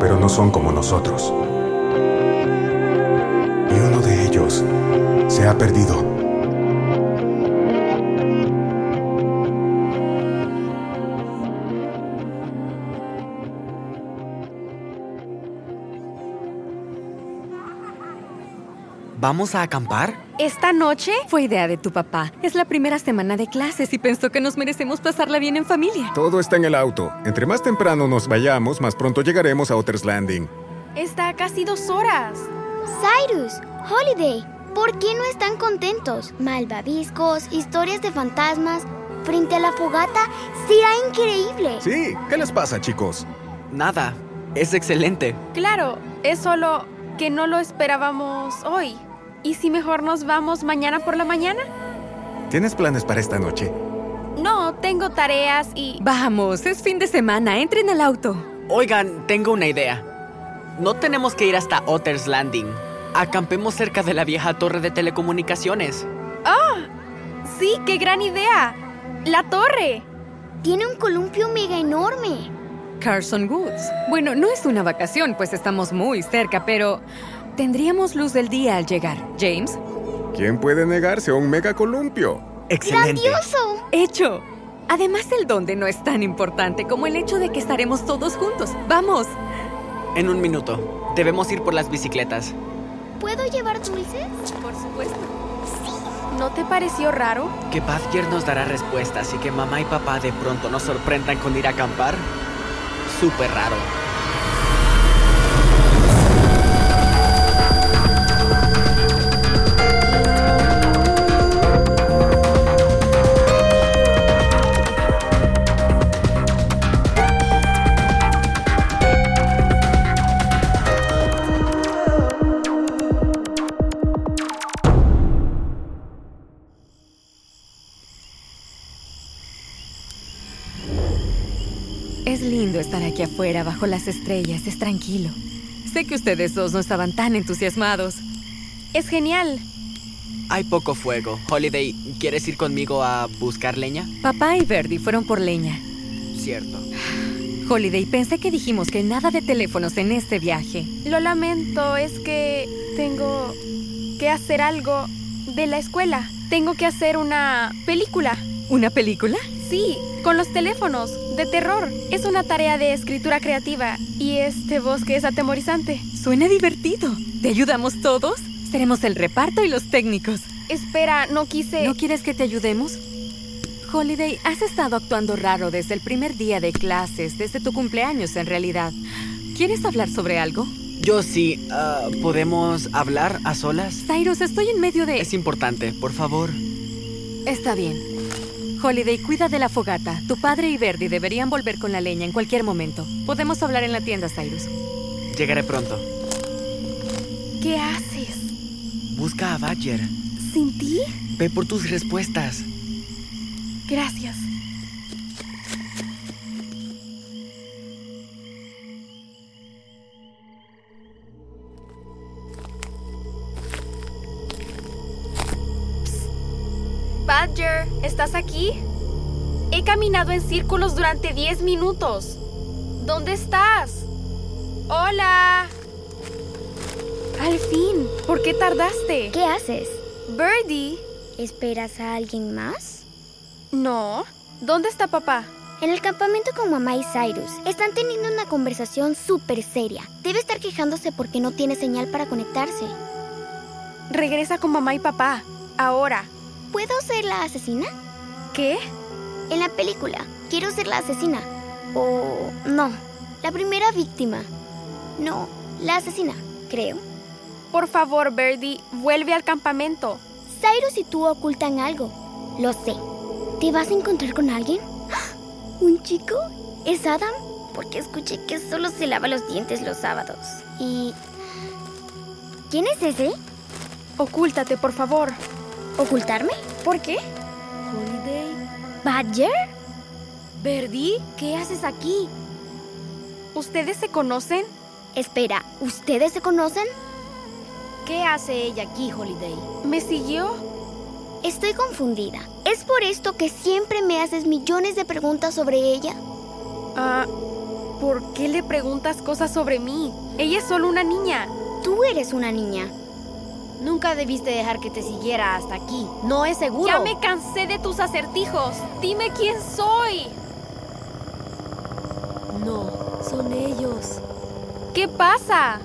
pero no son como nosotros. Y uno de ellos se ha perdido. ¿Vamos a acampar? ¿Esta noche? Fue idea de tu papá. Es la primera semana de clases y pensó que nos merecemos pasarla bien en familia. Todo está en el auto. Entre más temprano nos vayamos, más pronto llegaremos a Otters Landing. Está a casi dos horas. Cyrus, Holiday, ¿por qué no están contentos? Malvaviscos, historias de fantasmas. Frente a la fogata será increíble. Sí, ¿qué les pasa, chicos? Nada. Es excelente. Claro, es solo que no lo esperábamos hoy. ¿Y si mejor nos vamos mañana por la mañana? ¿Tienes planes para esta noche? No, tengo tareas y... Vamos, es fin de semana, entren al auto. Oigan, tengo una idea. No tenemos que ir hasta Otters Landing. Acampemos cerca de la vieja torre de telecomunicaciones. Sí, qué gran idea. La torre. Tiene un columpio mega enorme. Carson Woods. Bueno, no es una vacación, pues estamos muy cerca, pero tendríamos luz del día al llegar. James, ¿Quién puede negarse a un mega columpio? Excelente. ¡Grandioso! hecho. Además, el dónde no es tan importante como el hecho de que estaremos todos juntos. Vamos. En un minuto. Debemos ir por las bicicletas. ¿Puedo llevar dulces? Por supuesto. ¿No te pareció raro? Que Badger nos dará respuestas y que mamá y papá de pronto nos sorprendan con ir a acampar. Súper raro. Es lindo estar aquí afuera bajo las estrellas, es tranquilo. Sé que ustedes dos no estaban tan entusiasmados. Es genial. Hay poco fuego. Holiday, ¿quieres ir conmigo a buscar leña? Papá y Verdi fueron por leña. Cierto. Holiday, pensé que dijimos que nada de teléfonos en este viaje. Lo lamento, es que tengo que hacer algo de la escuela. Tengo que hacer una película. ¿Una película? Sí, con los teléfonos, de terror. Es una tarea de escritura creativa y este bosque es atemorizante. Suena divertido. ¿Te ayudamos todos? Seremos el reparto y los técnicos. Espera, no quise... ¿No quieres que te ayudemos? Holiday, has estado actuando raro desde el primer día de clases, desde tu cumpleaños en realidad. ¿Quieres hablar sobre algo? Yo sí. ah, ¿Podemos hablar a solas? Cyrus, estoy en medio de... Es importante, por favor. Está bien. Holiday, cuida de la fogata. Tu padre y Verdi deberían volver con la leña en cualquier momento. Podemos hablar en la tienda, Cyrus. Llegaré pronto. ¿Qué haces? Busca a Badger. ¿Sin ti? Ve por tus respuestas. Gracias. Badger, ¿estás aquí? He caminado en círculos durante 10 minutos. ¿Dónde estás? Hola. Al fin, ¿por qué tardaste? ¿Qué haces? Birdie. ¿Esperas a alguien más? No. ¿Dónde está papá? En el campamento con mamá y Cyrus están teniendo una conversación súper seria. Debe estar quejándose porque no tiene señal para conectarse. Regresa con mamá y papá. Ahora. ¿Puedo ser la asesina? ¿Qué? En la película, quiero ser la asesina. O no, la primera víctima. No, la asesina, creo. Por favor, Birdie, vuelve al campamento. Cyrus y tú ocultan algo. Lo sé. ¿Te vas a encontrar con alguien? ¡Ah! ¿Un chico? ¿Es Adam? porque escuché que solo se lava los dientes los sábados. ¿Y quién es ese? Ocúltate, por favor. ¿Ocultarme? ¿Por qué? Holiday. ¿Badger? Verdi, ¿qué haces aquí? ¿Ustedes se conocen? Espera, ¿ustedes se conocen? ¿Qué hace ella aquí, Holiday? ¿Me siguió? Estoy confundida. ¿Es por esto que siempre me haces millones de preguntas sobre ella? Ah, ¿por qué le preguntas cosas sobre mí? Ella es solo una niña. Tú eres una niña. Nunca debiste dejar que te siguiera hasta aquí. No es seguro. Ya me cansé de tus acertijos. Dime quién soy. No, son ellos. ¿Qué pasa?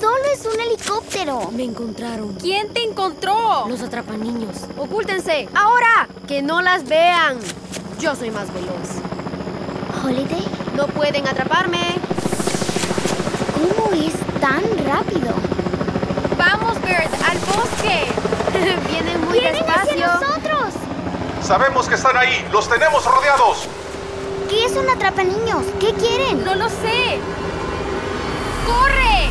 Solo es un helicóptero. Me encontraron. ¿Quién te encontró? Los atrapan niños. ¡Ocúltense! ¡Ahora! ¡Que no las vean! Yo soy más veloz. ¿Holiday? ¡No pueden atraparme! ¿Cómo es tan rápido? Vamos, Bird, al bosque. Vienen muy ¡Vienen despacio. hacia nosotros! Sabemos que están ahí, los tenemos rodeados. ¿Qué es un atrapaniños? ¿Qué quieren? No lo sé. ¡Corre!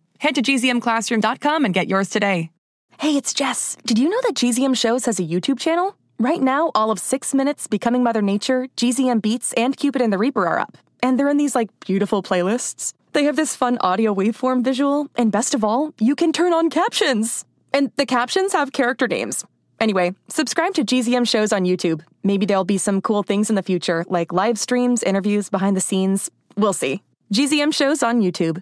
Head to gzmclassroom.com and get yours today. Hey, it's Jess. Did you know that GZM Shows has a YouTube channel? Right now, all of Six Minutes, Becoming Mother Nature, GZM Beats, and Cupid and the Reaper are up. And they're in these, like, beautiful playlists. They have this fun audio waveform visual, and best of all, you can turn on captions. And the captions have character names. Anyway, subscribe to GZM shows on YouTube. Maybe there'll be some cool things in the future, like live streams, interviews, behind the scenes. We'll see. GZM shows on YouTube.